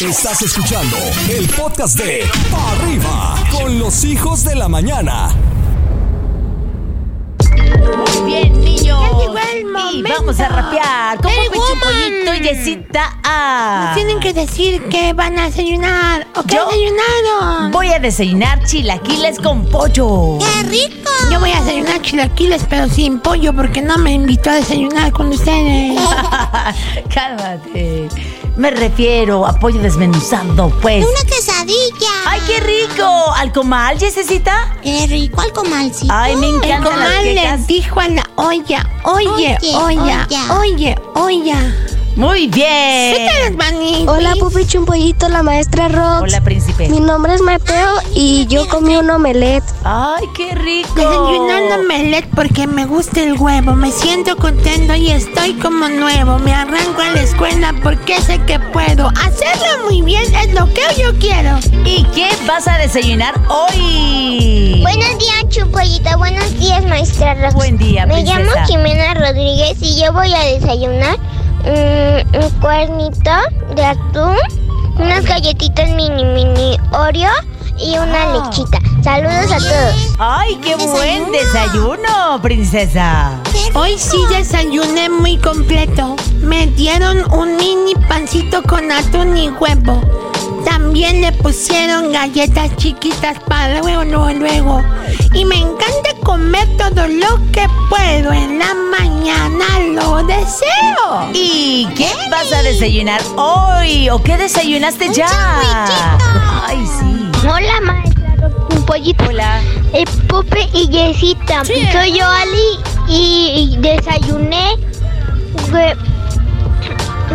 Estás escuchando el podcast de Pa' Arriba con los hijos de la mañana. Muy bien, niños. Ya llegó el Y momento vamos a rapear. ¿Cómo del fue woman. Chipollito y Yesita Ah. A? Nos tienen que decir que van a desayunar o que ¿Yo? desayunaron. Voy a desayunar chilaquiles con pollo. ¡Qué rico! Yo voy a desayunar chilaquiles, pero sin pollo, porque no me invitó a desayunar con ustedes. Cálmate. Me refiero a pollo desmenuzado, pues. Una quesadilla. ¡Ay, qué rico! ¿Al comal, Yesecita? ¡Qué rico al comalcito! Ay, me El encantan las comal le quecas. dijo a la olla, oye, Oye, olla, oye, olla. Muy bien. Suelta las manitas. Hola, Pupi Chumpollito, la maestra Rox. Hola, príncipe. Mi nombre es Mateo y yo comí un omelette. ¡Ay, qué rico! Desayunando melet porque me gusta el huevo, me siento contento y estoy como nuevo. Me arranco a la escuela porque sé que puedo. Hacerlo muy bien es lo que yo quiero. ¿Y qué vas a desayunar hoy? Buenos días, Chupollita. Buenos días, maestra Rox. Buen día, Me llamo princesa. Jimena Rodríguez y yo voy a desayunar mm, un cuernito de atún, unas galletitas mini mini Oreo y una Ah. lechita. Saludos a todos. ¡Ay, qué buen desayuno, princesa! Hoy sí desayuné muy completo. Me dieron un mini pancito con atún y huevo. También le pusieron galletas chiquitas para luego, luego, luego. Y me encanta comer todo lo que puedo. En la mañana lo deseo. ¿Y qué vas a desayunar hoy? ¿O qué desayunaste ya? ¡Ay, sí! Hola, maestra Rox. Un pollito. Hola. Eh, Pupe y Yesita. Pues Soy yo, Ali, y desayuné hue-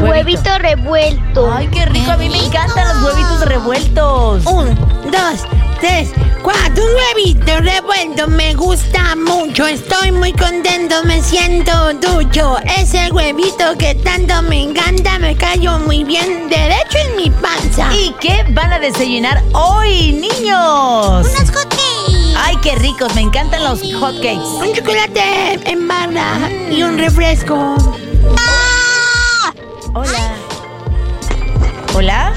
Huevito. huevito revuelto. ¡Ay, qué rico! A mí me encantan los huevitos revueltos. Un, dos, tres, cuatro. Un huevito revuelto me gusta mucho. Estoy muy contento, me siento ducho. Ese huevito que tanto me encanta me cayó muy bien derecho en mi panza. ¿Y qué van a desayunar hoy, niños? ¡Unos hot cakes. ¡Ay, qué ricos! Me encantan los hotcakes. un chocolate en barra y un refresco. Hola. ¿Hola?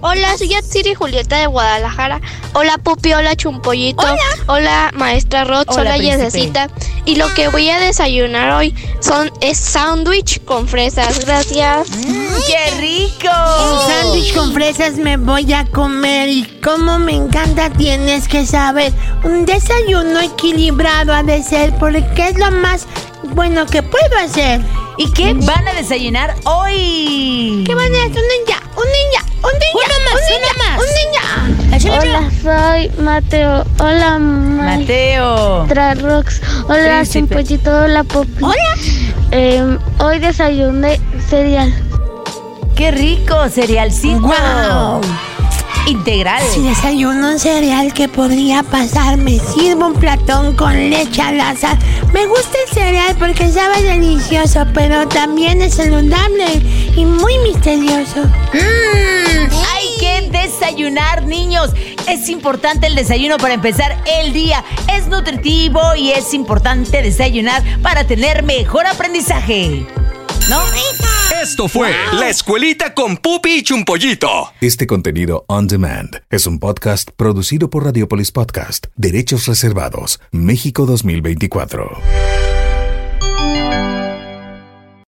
Hola, soy Yatsiri Julieta de Guadalajara. Hola, Pupi, hola, Chumpollito. Hola, maestra Rots, Hola, hola, príncipe. Yesecita. Y lo que voy a desayunar hoy son es sándwich con fresas. Gracias. Mm, ¡Qué rico! Un Oh. sándwich con fresas me voy a comer y como me encanta tienes que saber. Un desayuno equilibrado ha de ser porque es lo más bueno que puedo hacer. ¿Y qué van a desayunar hoy? ¿Qué van a hacer? Un ninja, un ninja, un ninja. Uno más, un ninja, Un ninja. Hola, soy Mateo. Hola, maestra Mateo. Rox. Hola, Príncipe. sin pollito. Hola, Popi. Hola. hoy desayuné cereal. ¡Qué rico! Cerealcito. Guau. Integral. Si desayuno un cereal que podría pasar, me sirvo un platón con leche al azar. Me gusta el cereal porque sabe delicioso, pero también es saludable y muy misterioso. Hay que desayunar, niños. Es importante el desayuno para empezar el día. Es nutritivo y es importante desayunar para tener mejor aprendizaje. ¿No? Esto fue La Escuelita con Pupi y Chumpollito. Este contenido on demand es un podcast producido por Radiopolis Podcast, Derechos Reservados, México 2024.